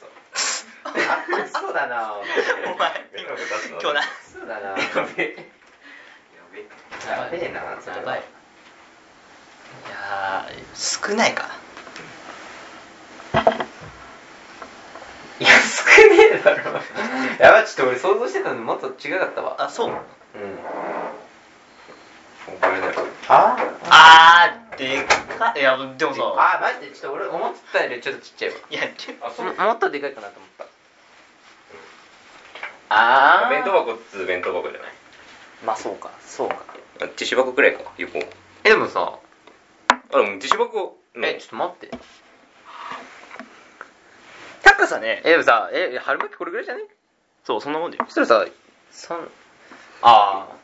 S2: た
S4: そうだなお前
S3: お前
S2: 弁当箱出すの
S3: 今日な
S4: そうだなや
S2: やべえやべ
S4: べえなそれ
S3: や
S4: は
S3: ばいいやー少ないか
S4: いや少ねえだろやばいちょっと俺想像してたのもっと違かったわ
S3: あそう
S4: うんこれだよあ
S3: あーでかいいやでもさ
S4: あマジでちょっと俺思ってたよりちょっとちっちゃいわ
S3: いや
S4: ももっとでかいかなと思ったああ
S2: 弁当箱っつう弁当箱じゃない
S4: まあそうかそうか
S2: あティッシュ箱くらいか横
S4: えでもさ
S2: あでもティッシュ箱の
S4: えちょっと待って
S3: 高さね
S4: えでもさえ春巻きこれぐらいじゃね
S3: そうそんなもんだよ
S4: そしたらさ三ああ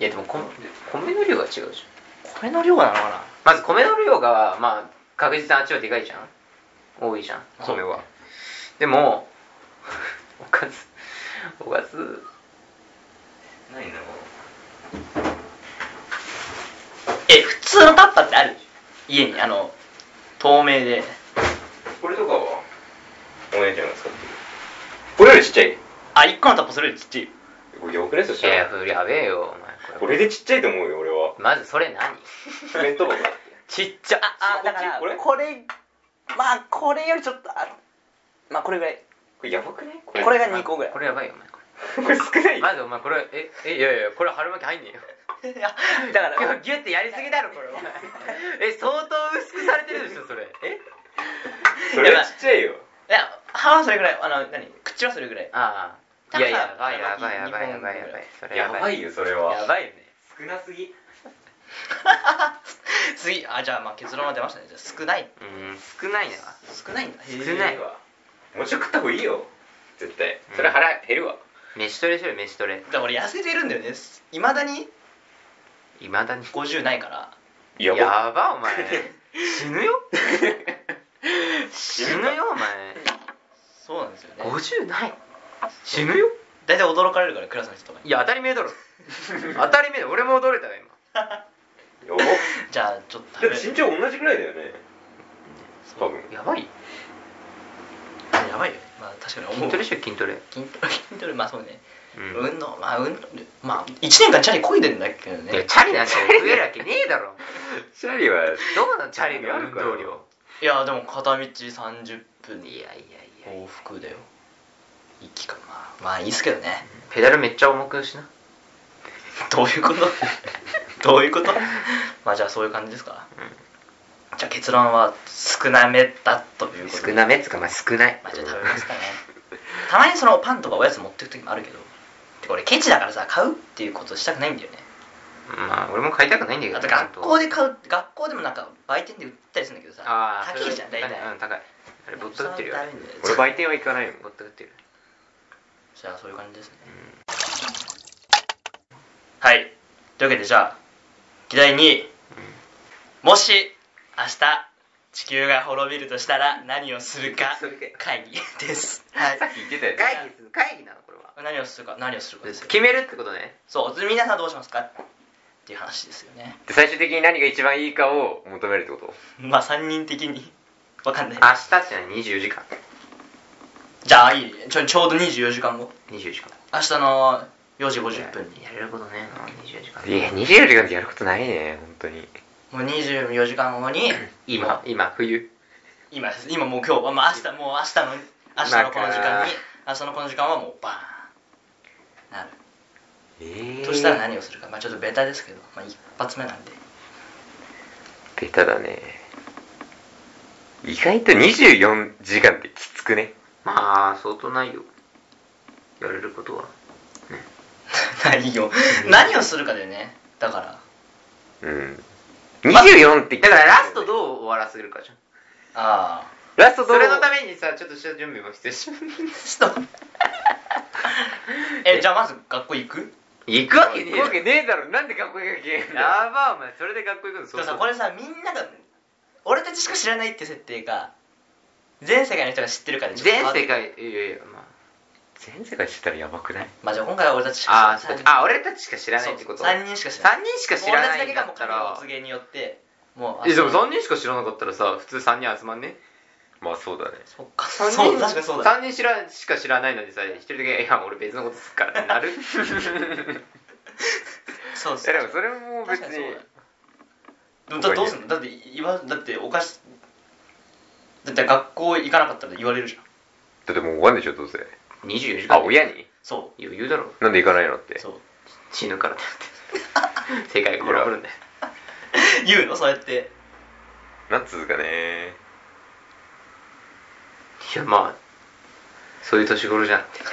S4: いやでもこ米の量が違うじゃん
S3: 米の量なのかな
S4: まず米の量がまあ確実にあっちはでかいじゃん多いじゃん
S3: そう
S4: 米はでも おかずおかず
S2: ないの
S3: え普通のタッパーってある家にあの透明で
S2: これとかはお姉ちゃんが使ってるこれよりちっちゃい
S3: あ一個のタッパーそれよりちっちゃい
S2: これよくないそし
S4: い
S2: た
S4: や
S2: ら
S4: いややべえよお前
S2: これでちっちゃいと思うよ俺は
S4: まずそれ何
S2: 弁 当箱だって
S4: ちっちゃ
S3: ああだから
S2: こ
S3: こ
S2: れ
S3: れまあこれよりちょっとあまあこれぐらい
S2: これやばくないこ
S3: これが2個ぐらい
S4: これやばいよお前こ
S2: これ少ない
S4: れまずお前これええいやいやこれ春巻き入んねえよ
S3: いや だから
S4: 今日ギュってやりすぎだろこれお前え相当薄くされてるでしょそれえ
S2: それはちっちゃいよ
S3: いや歯はそれぐらいあの何口はそれ ぐらい
S4: ああいやいややばいやばいやばいやばいやばいそれやばい
S2: よそれ
S4: やばいよね
S2: 少なすぎ
S3: 次あじゃあまあ結論は出ましたねじゃあ少ない
S4: うん少ないな
S3: 少ないんだ
S4: 少ないわ
S2: もうちょい食った方がいいよ絶対それ腹減るわ
S4: 飯トレしろよ飯トレ
S3: だから俺痩せてるんだよねいまだに
S4: いまだに
S3: 50ないから
S4: や
S2: や
S4: ばお前死ぬよ死ぬよお前
S3: そうなんですよね
S4: 50ない死ぬよ
S3: 大体驚かれるからクラスの人とかに
S4: いや当たり前だろ当たり前だ俺も驚いたわ今
S2: やばだ
S3: じゃあちょっと
S2: って身長同じくらいだよね多分
S4: やばい
S3: やばいよねまあ確かに思
S4: 筋
S3: う
S4: トレしよう筋トレ
S3: 筋トレ筋トレまあそうね、
S4: うん
S3: 運動まあ運動まあ1年間チャリこいでんだけどね
S4: いやチャリなんて増えるわけねえだろ
S2: チャリは
S4: どうなのチャリの
S2: ある
S4: 運
S2: から
S4: 動量
S3: いやでも片道30分
S4: いやいやいや
S3: 往復だよ行きかまあまあいいっすけどね
S4: ペダルめっちゃ重くしな
S3: どういうことどういうことまあじゃあそういう感じですか、じゃあ結論は少なめだということで
S4: 少なめっつうかまあ少ない
S3: まあじゃあ食べますかねたまにそのパンとかおやつ持ってく時もあるけどてか俺ケチだからさ買うっていうことしたくないんだよね
S4: まあ俺も買いたくないんだけど
S3: あと学校
S4: で
S3: で買う学校でもなんか売店で売ったりするんだけどさ
S4: ああ
S3: 高いじゃん大体
S4: うん高いあれボット売ってるよ
S3: そのためにね
S2: 俺売店は行かないもん
S4: ボット売ってる
S3: じゃあそういう感じですね、はいというわけでじゃあ議題に、もし明日地球が滅びるとしたら何をする か
S4: それで
S3: 会議です、はい、
S2: さっき言ってたや
S4: 会議する会議なのこれは
S3: 何をするか何をするかですよ
S4: 決めるってことね
S3: そう皆さんどうしますかっていう話ですよ ね
S2: つで最終的に何が一番いいかを求めるってこと
S3: まあ3人的にわかんない
S4: 明日ってのは24時間
S3: じゃあいいちょちょうど24時間後
S4: 24時間
S3: 明日の4時50分に
S4: やれることねえな24時間
S2: いや24時間でやることないね本当に
S3: もう24時間後 に
S4: 今今冬
S3: 今です今もう今日はまあ明日もう明日の明日のこの時間に明日のこの時間はもうバーンなる、
S2: え
S3: そしたら何をするかまあちょっとベタですけど、まあ、一発目なんで
S2: ベタだね意外と24時間ってきつくね
S4: まあ相当ないよやれることは
S3: 何を何をするかだよねだから
S2: うん24って
S4: だからラストどう終わらせるかじゃん
S3: ああ
S2: ラストどう
S4: それのためにさちょっとした準備も必要でしょ
S3: ちょっとえじゃあまず学校行く
S4: 行くわけねえ
S2: 行くわけ
S4: よ
S2: ねえだろなんでかっこいいわけねえんだよ
S4: やばいお前それで学校行くの
S3: でもさこれさみんなが俺たちしか知らないって設定か全世界の人が知ってるかでちょっと変
S4: 全
S3: わって
S4: 世界いやいやま
S2: 全世界知ったらやばくない
S3: まあじゃあ今回は俺たちし
S4: あ
S3: か
S4: あー
S3: 知
S4: そ
S3: ら
S4: っ
S3: な
S4: か
S3: い
S4: あ俺たちしか知らないってこと
S3: 3人しか知らない
S4: 3人しか知らないん
S3: もう俺
S4: だった
S3: たちだけがもう
S4: ら
S3: 発言によってもう
S4: えでも
S3: そ
S4: 3人しか知らなかったらさ普通3人集まんね
S2: まあそうだね
S3: そっか
S4: 三人
S3: そう確かにそうだ
S4: 3人しらしか知らないのにさ1人だけ「いや俺別のことすっから」って なる
S3: そう
S2: いやでもそれも別
S3: 確かにそう
S2: に
S3: だでもだってどうすんのだって今だっておかしだって学校行かなかったら言われるじゃん
S2: だってもう終わんでしょどうせ
S4: 24時間
S2: あ親に
S3: そ
S4: 余裕だろ
S2: なんで行かないのって
S3: うそう
S4: 死ぬからってな って世界が滅ぶんだよ
S3: 言うのそうやって
S2: なんつうかね
S4: いやまあそういう年頃じゃんってそ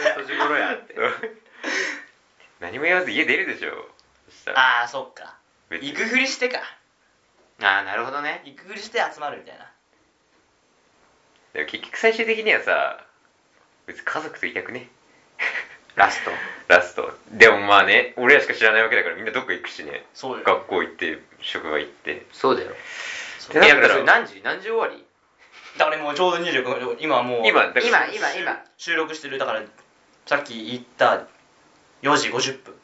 S4: ういう年頃やって
S2: 何も言わず家出るでしょそしたら
S3: ああそっか
S2: 別に
S3: 行くふりしてか
S4: ああなるほどね
S3: 行くふりして集まるみたいな
S2: でも結局最終的にはさ別に家族といたくね ラストラストでもまあね俺らしか知らないわけだからみんなどっか行くしね
S3: そうよ
S2: 学校行って職場行って
S4: そうだよ
S3: そう
S4: え
S2: だ
S4: だ
S2: か
S4: かららそれ何時何時終わり
S3: だからもうちょうど25今はもう
S2: 今だから
S4: 今今今
S3: 収録してるだからさっき言った4時50分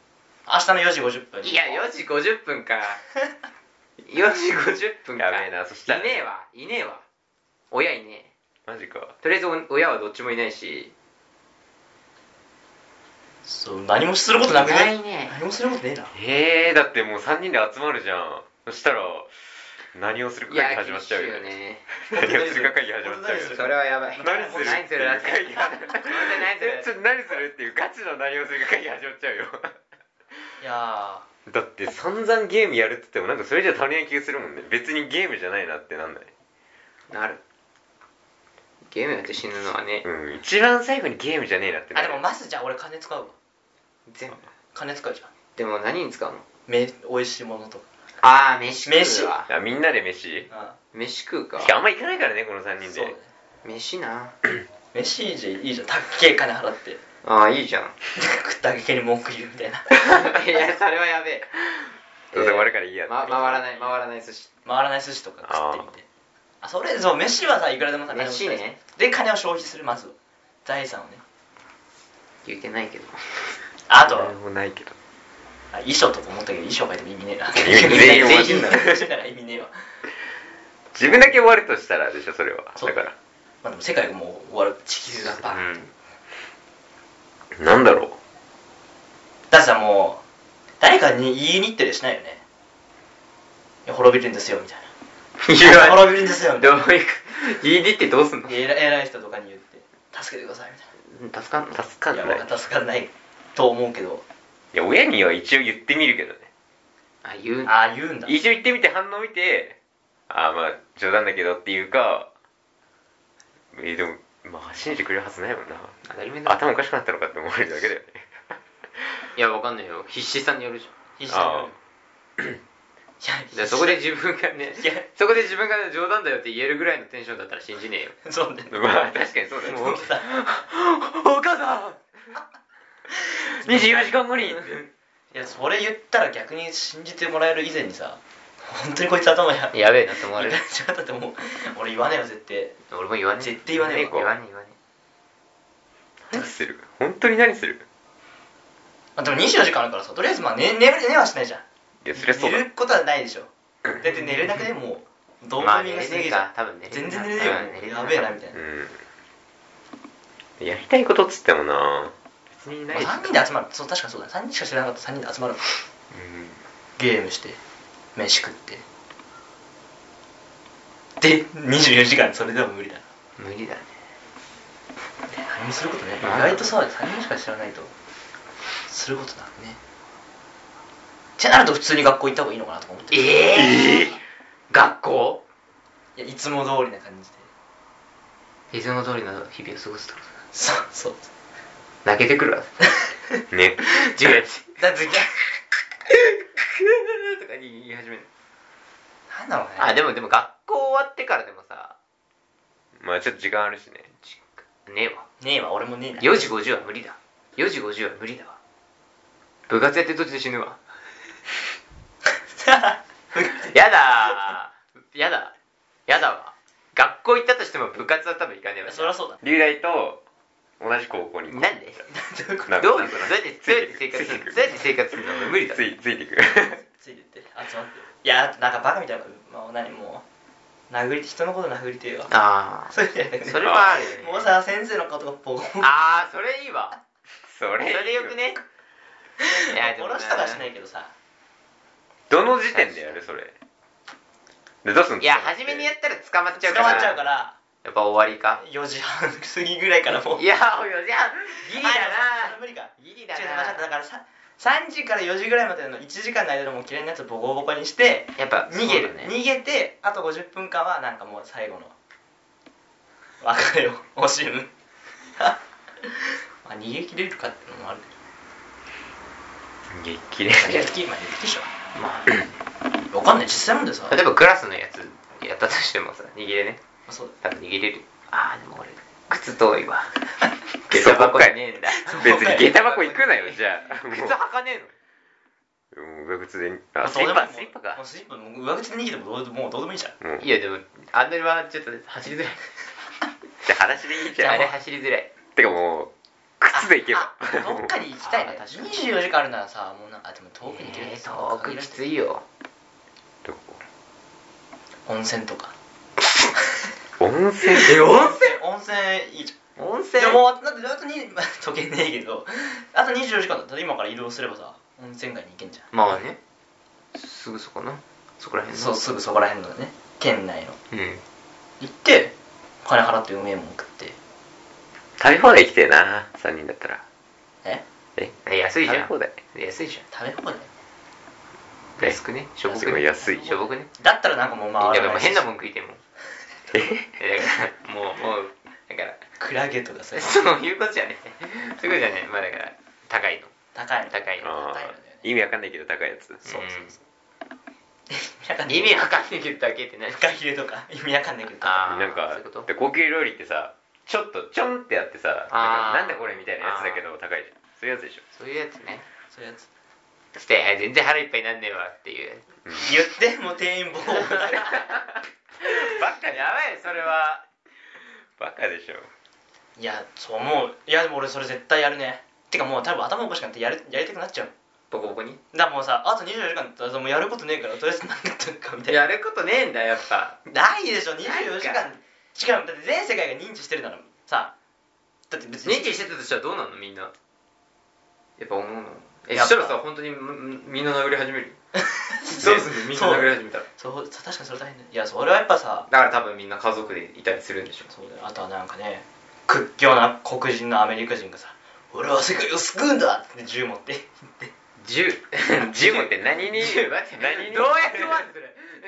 S3: 明日の4時50分に
S4: いや4時50分 か4時50分か
S2: やべえなそしたら
S4: いねえわいねえわ親いね
S2: マジか
S4: えとりあえずお親はどっちもいないし
S3: そう何もすることなくね
S4: いね
S3: 何もすることねえな
S2: えー、だってもう3人で集まるじゃんそしたら何をするか
S4: いや
S2: 会議始まっちゃうよ
S4: 厳しいよね
S2: 何をするか会議始まっちゃう
S3: 本当に何
S2: よ
S3: する
S4: それはやばい
S2: 何する
S4: 何するだって
S2: 会議
S4: 本当に何
S2: ちょ
S4: する
S2: っと何するっていうガチの何をするか会議始まっちゃうよ
S3: いや
S2: だって散々ゲームやるって言ってもなんかそれじゃ足りない気がするもんね別にゲームじゃないなってなんない
S4: なるゲームやって死ぬのはね
S2: うん一番最後にゲームじゃねえなっ
S3: ー
S2: て
S3: あ
S2: な
S3: でも
S2: る
S3: まずじゃあ俺金使うわ
S4: 全部
S3: 金使うじゃん
S4: でも何に使うの
S3: め美味しいものとか
S4: ああ飯食う
S3: 飯
S4: わ
S2: あみんなで飯
S3: あ
S4: 飯食うか
S2: しかもあんま行かないからねこの3人
S3: そうだ
S2: で
S3: ね
S4: 飯な
S3: 飯いいじゃんいいじゃんたっけえ金払って
S4: ああいい じゃん
S3: 食ったけに文句言うみたいない
S4: やそれはやべえ
S2: どうせ終わるからいいやって
S4: ま、回らない回らない寿司
S3: 回らない寿司とか食ってみてあそれそう飯はさいくらでもさ金持ちだし
S4: 飯ね
S3: で金を消費するまず財産をね
S4: 言うてないけど
S3: あと
S2: 何もないけど
S3: あ衣装とか思ったけど衣装がいても意味ねえな
S2: 意味全員同じ
S3: 全員
S2: だ
S3: な
S2: ろ
S3: ら意味ねえわ
S2: 自分だけ終わるとしたらでしょそれは
S3: そう
S2: だから
S3: まあでも世界がもう終わる地球がバーン
S2: うんなんだろう
S3: だってさもう誰かに言いに行ったりしないよねいや滅びるんですよみたいな滅びるんですよみたい
S4: どう
S3: な
S4: いう言いに行ってどうすんの
S3: 偉い偉い人とかに言って助けてくださいみたいな
S4: 助かんの
S2: 助かんない
S3: いや俺は助からないと思うけど
S2: いや親には一応言ってみるけどね
S4: あ言う
S3: ああ言うんだ
S2: 一応言ってみて反応見てああまあ冗談だけどっていうかえーでもまあ信じてくれるはずないもんな
S4: 当たり前だ
S2: 頭おかしくなったのかって思われるだけだよね
S4: いやわかんないよ必死さんによるじ
S3: 必死だ
S2: あ
S3: よ
S2: あ
S3: い
S4: ゃん
S3: や
S4: でそこで自分がね
S3: いや
S4: そこで自分がね冗談だよって言えるぐらいのテンションだったら信じねえよ
S3: そうね
S2: まあ確かにそうだね
S3: もうさ
S4: お母さん24時間後に
S3: いやそれ言ったら逆に信じてもらえる以前にさ本当にこいつ頭や
S4: やべえなって思われ
S3: い
S4: る
S3: やちょっとでも俺言わねえよ絶対
S4: 俺も言わねえ
S3: 絶対言わねえわ
S4: 言わねえ言わね
S2: 何する本当に何する
S3: まあ、でも24時間あるからさとりあえずまあ寝寝る寝はしないじゃん
S2: いやそりゃそうだ
S3: 寝ることはないでしょだって寝れなくてもう
S4: え
S3: ドー
S4: まあ
S3: パミ
S4: 寝
S3: ンが
S4: れ
S3: すげえ
S4: ねえ
S3: じゃん
S4: か多分寝れねえ
S3: 全
S4: な
S3: 然寝れねえよやべえなみたいな、
S2: うんやりたいことっつってもな
S4: 別に
S3: ま
S4: な
S3: あ、
S4: いし
S3: 3人で集まるそう確かにそうだ3人しか知らなかった3人で集まるゲームして飯食ってで24時間それでも無理だな
S4: 無理だね
S3: 何もすることね意外とさ3人しか知らないとすることなくねってなると普通に学校行った方がいいのかなとか思ってる
S4: ええ学校
S3: いやいつも通りな感じで
S4: いつも通りの日々を過ごすってこと
S3: そうそう
S4: だ泣けてくる わ
S2: うんね
S4: 違う
S3: だって
S4: とか言い始める
S3: なんだろうね
S4: あでもでも学校終わってからでもさ
S2: まあちょっと時間あるしね
S4: ねえわ
S3: ねえわ俺もねえな
S4: 4時50は無理だ4時50は無理だわ部活やってる途中で死ぬわやだーやだやだわ学校行ったとしても部活は多分行かねえわ
S3: そりゃそうだ
S2: 龍大と同じ高校に行こう
S4: なんで
S3: どういうこと
S2: なんか
S4: どういうことどうやって
S2: つ
S4: どう
S2: い
S4: やってて生
S2: くついて
S4: 活す
S2: く
S4: るどうやって生活するの俺無理だ
S2: ついついていく
S3: ついてって集まっていやなんかバカみたいなまあ何もう殴り人のこと殴りてえわ
S4: ああ
S3: それじゃなく
S4: それはあるよね
S3: もうさ先生のことがボコボコ
S4: ああそれいいわ
S2: そ
S4: そ
S2: れ
S4: れよくねいやでもな
S3: 殺したかしないけどさ
S2: どの時点でやるそれでどうすんの
S4: いや初めにやったら捕まっち
S3: 捕
S4: ゃうから
S3: まっちゃうから
S4: やっぱ終わりか
S3: 4時半過ぎぐらいからもう
S4: いやおよじゃあギリだ
S3: あでもそれ無
S4: な
S3: 理か
S4: ギリ
S3: ちょ
S4: だ
S3: っと
S4: な
S3: 待ってだからさ3時から4時ぐらいまでの1時間の間でもう嫌いなやつをボコボコにして
S4: やっぱ
S3: 逃げ
S4: そ
S3: る、
S4: うだね
S3: 逃げてあと50分間はなんかもう最後の別れを惜しむまあ逃げ切れるかってのもある
S2: 激切れ
S3: けど 逃げ切れまあ逃げ切れでしょ
S4: ま
S3: わかんない実際もんでさ
S4: あ例えばクラスのやつやったとしてもさ逃げれね
S3: まあそう
S4: 多分逃げれるああでも靴遠い わ
S2: 下
S4: 下
S2: 駄
S4: 駄箱
S2: 箱
S4: に
S2: にね
S4: ねえんだ
S2: 別に下駄箱行くなよじゃあもう
S4: 靴履かねえの
S2: もう上靴で
S3: ま
S2: あ
S3: あ
S2: ス
S3: どうで
S2: リッ
S3: もい
S2: パ
S3: い
S2: スリッパ
S3: もう
S2: か
S3: スリッパもう上口で逃げてもどうでももうどうでもいいじゃん
S2: もう
S4: いやでもあんなにはちょっと走りづらい
S2: じゃあ裸足でいいじゃん
S4: あれ走りづらい
S2: てかもう靴で行けば
S3: あどっかに行きたいね
S4: あ確かに
S3: 24時間あるならさもうなんかでも遠くに行ける
S4: え
S3: ね
S4: ー遠くきつ
S3: い
S4: いよ
S2: どこ
S3: 温泉とか
S2: 温泉
S4: え温
S3: 温泉いいじ
S4: 泉温
S3: ゃん
S4: 泉
S3: でもあとだってあとに時計ねえけどあと24時間だったら今から移動すればさ温泉街に行けんじゃん
S4: まあねすぐそこなそこら辺
S3: そ
S4: の
S3: うすぐそこら辺のね県内の
S2: うん
S3: 行って金払ってうめえもん食って
S2: 食べ放題行きてえな3人だったら
S3: え
S2: え
S4: え安いじゃん
S2: 食べ放題
S4: 安いじ
S3: 食べ放題
S4: ゃん安くねしょぼく
S2: でも
S4: ね
S2: 安い
S4: しょぼくね
S3: だったらなんかもう
S4: い
S3: 回
S4: や
S3: ら
S4: で
S3: な
S4: も
S3: い
S4: 変なもん食いても
S2: え
S4: えだからもうもうだから
S3: クラゲとかさ
S4: そういうことじゃねそういうことじゃねまあだから高いの
S3: 高いの
S4: 高いの
S2: あ
S3: 高いよね
S2: ー意味わかんないけど高いやつ
S3: そうそうそう
S4: うん意味わかんないけどだけって何
S3: フカヒレとか意味わかんないけど
S4: あー
S2: なん
S4: そう
S2: か
S4: いうこと
S2: で高級料理ってさちょっとちょんってやってさなん
S4: あー
S2: かなんだこれみたいなやつだけど高いじゃんそういうやつでしょ
S4: そういうやつね
S3: そういうやつ
S4: そしてあ全然腹いっぱいになんねえわっていう
S3: 言ってもう店員ボコボコされる
S2: バカ
S4: やばいそれは
S2: バカでしょ
S3: いやそう思ういやでも俺それ絶対やるねてかもう多分頭おかしくなってやるやりたくなっちゃう
S4: ボコボコに
S3: だからもうさあと24時間だったらもうやることねえからとりあえず何かとかみたいな
S4: やることねえんだやっぱ
S3: ないでしょ24時
S4: な
S3: 間違うだって全世界が認知してるならさだって別に
S4: 認知してたとしたらどうなんのみんなやっぱ思うのえ
S3: や
S4: そ
S3: っぱ
S4: したらさ本当にむみんな殴り始めるどうするみんな殴り始めたら
S3: そうそう確かにそれ大変だよいやそれはやっぱさ
S4: だから多分みんな家族でいたりするんでしょ
S3: そうだよあとはなんかね屈強な黒人のアメリカ人がさ「俺は世界を救うんだ!」って銃持って
S4: 銃
S2: ジムって何に
S4: 銃待って
S2: 何に
S4: どうやって終わるそ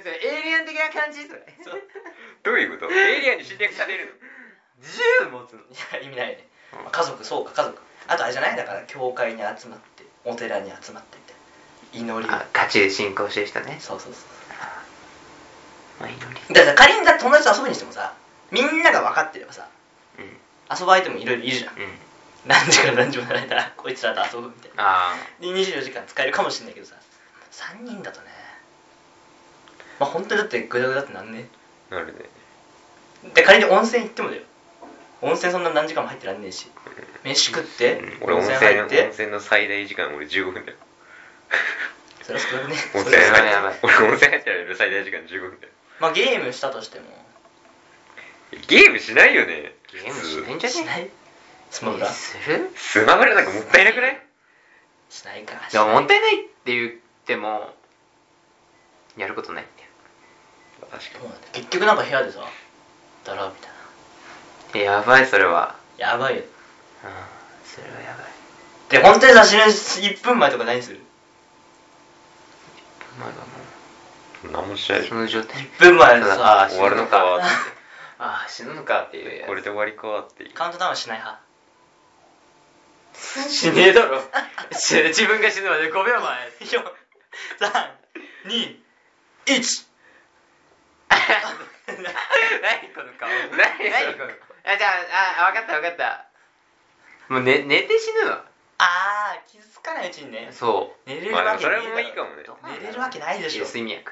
S4: れそれエイリアン的な感じそれ
S2: どういうことエイリアンに侵略される
S4: 銃持つの
S3: いや意味ないね、まあ家族そうか家族あとあれじゃないだから教会に集まってお寺に集まってみたいな祈りを
S4: あガチで進行してる人ね
S3: そうそうそう
S4: まあ祈り
S3: だから仮にさ友達と遊ぶにしてもさみんなが分かってればさ
S4: うん
S3: 遊ぶ相手もいろいろいるじゃん
S4: うん
S3: 何時から何時までの間こいつらと遊ぶみたいな
S4: あ
S3: で24時間使えるかもしれないけどさ3人だとねまあ本当にだってグダグダってなんね
S2: なるね
S3: で仮に温泉行ってもだよ温泉そんな何時間も入ってらんねえし飯食って、
S2: うん俺温泉
S3: 入って
S2: 温泉の最大時間俺15分だよ
S3: それは少なくね
S2: 温
S3: そ
S2: 泉
S3: れは少な
S4: は
S3: くね
S2: 入
S4: やば
S2: っ
S4: い
S2: て俺温泉入ったら最大時間15分だよ
S3: まあゲームしたとしても
S2: ゲームしないよね
S4: ゲームしないんじゃね
S3: しないスマブラ
S4: えする
S2: スマブラなんかもったいなくない
S3: しないか
S4: でももったいないって言ってもやることないって
S2: 確か
S3: そうなんだよ結局なんか部屋でさだらーみたい
S4: えやばいそれは
S3: なやばいよ
S4: うんそれはやばい
S3: で本当にさ死ぬ1分前とか何する
S4: お前はも
S2: に何もしないう
S4: その状態
S3: 1分前で
S4: あ
S3: さ
S4: あ
S2: 終わるのか
S4: 死ぬのかああ死ぬのかっていうやつ
S2: これで終わりかっていう
S3: カウントダウンしない派
S4: 死ねえだろ死ぬ自分が死ぬまで5秒 前
S3: 431
S4: 何この顔
S2: 何
S4: 何この顔あじゃああ分かった分かったもう寝寝て死ぬわ
S3: あー気づかないうちにね
S4: そ
S3: 寝れる
S2: まあ
S3: わけ
S2: そ
S3: ね
S2: れ
S3: えだろ
S2: もいいかもね
S4: う
S3: 寝れるわけないでしょ
S4: や睡眠薬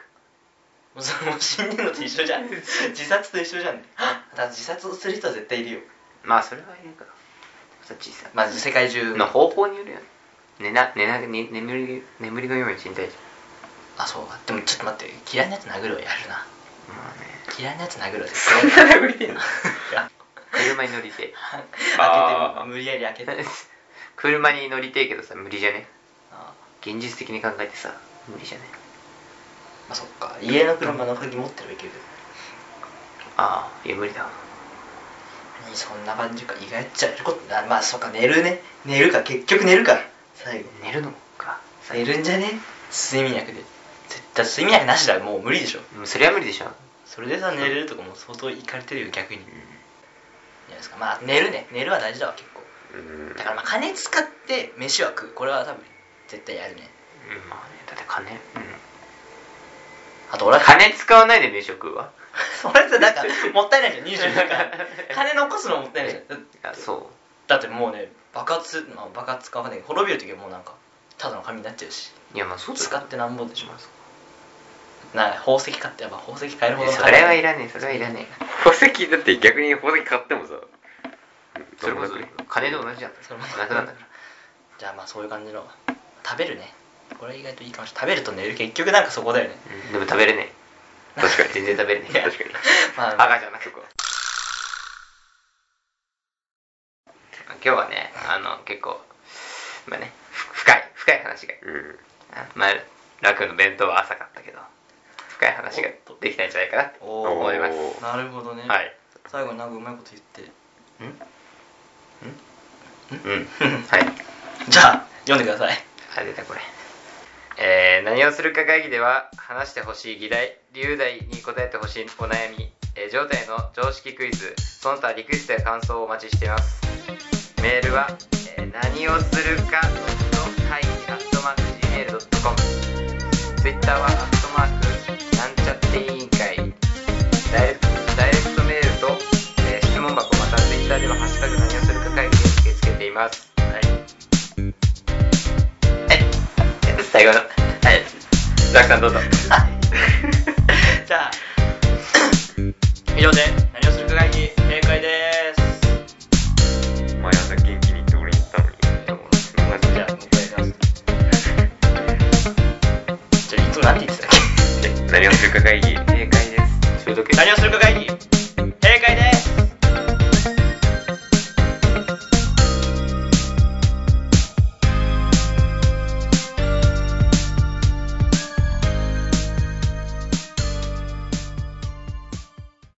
S3: もうそれもう死んでんのと一緒じゃん自殺と一緒じゃんだから自殺をする人は絶対いるよ
S4: まあそれはいるからそっちさ
S3: まず世界中
S4: の方法によるよね寝な寝な、ね、眠り眠りのように死にたいじ
S3: あそうかでもちょっと待って嫌いなやつ殴るわやるな
S4: ゃんまあね
S3: 嫌いなやつ殴るわ
S2: そん な殴りてんの
S3: いや
S4: 車に乗り
S3: 開
S4: て
S3: け
S2: あ
S3: て
S2: ー
S3: 無理やり開けて
S4: え車に乗りてえけどさ無理じゃね
S3: あ
S4: 現実的に考えてさ無理じゃね
S3: まあそっか家の車の鍵持ってればいける
S4: ああいや無理だわ
S3: けどそんな感じか意外っちゃやることあまあそっか寝るね寝るか結局寝るか最後
S4: 寝るのか
S3: 寝るんじゃね睡眠薬で絶対睡眠薬なしだもう無理でしょ
S4: もうそれは無理でしょ
S3: それでさ寝れるとかもう相当いかれてるよ逆に、じゃないですかまあ寝るね寝るは大事だわ結構
S2: うん
S3: だからまあ金使って飯は食うこれは多分絶対やるね
S4: うんまあねだって金うん
S3: あと俺は
S4: 金使わないで飯を食うわ
S3: それってなんかもったいないじゃん22時 間金残すのもったいないじゃん
S4: やそ
S3: だってもうね爆発、まあ、爆発かわかんないけど滅びる時はもうなんかただの紙になっちゃうし
S4: ういやまあそうだよ
S3: 使ってなんぼでしょな宝石買ってやっぱ宝石買えるほどの
S4: それはい
S3: ら
S4: らねえそれはいらねえ宝石だって逆に宝石買ってもさ
S2: それこそ
S4: 金と同じじゃん
S3: それも
S4: なくなったから
S3: じゃあまあそういう感じの食べるねこれ意外といいかもしれない食べると寝る結局なんかそこだよね
S4: うんでも食べれねえ確かに全然食べれねえ確かに
S3: まあ
S4: 赤じゃなくこ
S5: 今日はねあの結構まあねふ深い深い話が
S4: うん
S5: あまあラクの弁当は浅かったけど深い話ができたんじゃないかなって
S3: お
S4: 思
S3: お
S4: います
S3: ーなるほどね、
S4: はい
S3: 最後になんかうまいこと言って
S4: うんはい
S3: じゃあ読んでください
S4: あ出たこれえー何をするか会議では話してほしい議題流題に答えてほしいお悩み、えー、状態の常識クイズその他リクエストや感想をお待ちしていますメールは、えー何をするかの会議アットマーク Gmail.com ツイッターはアットマークなんちゃって委員会ダイレクトダイレクトメールと、えー質問箱またツイッターでは「ハッシュタグ何をするか会議」で受け付けていますはいはい最後のはいザックさんどうぞ
S3: じゃあ以上で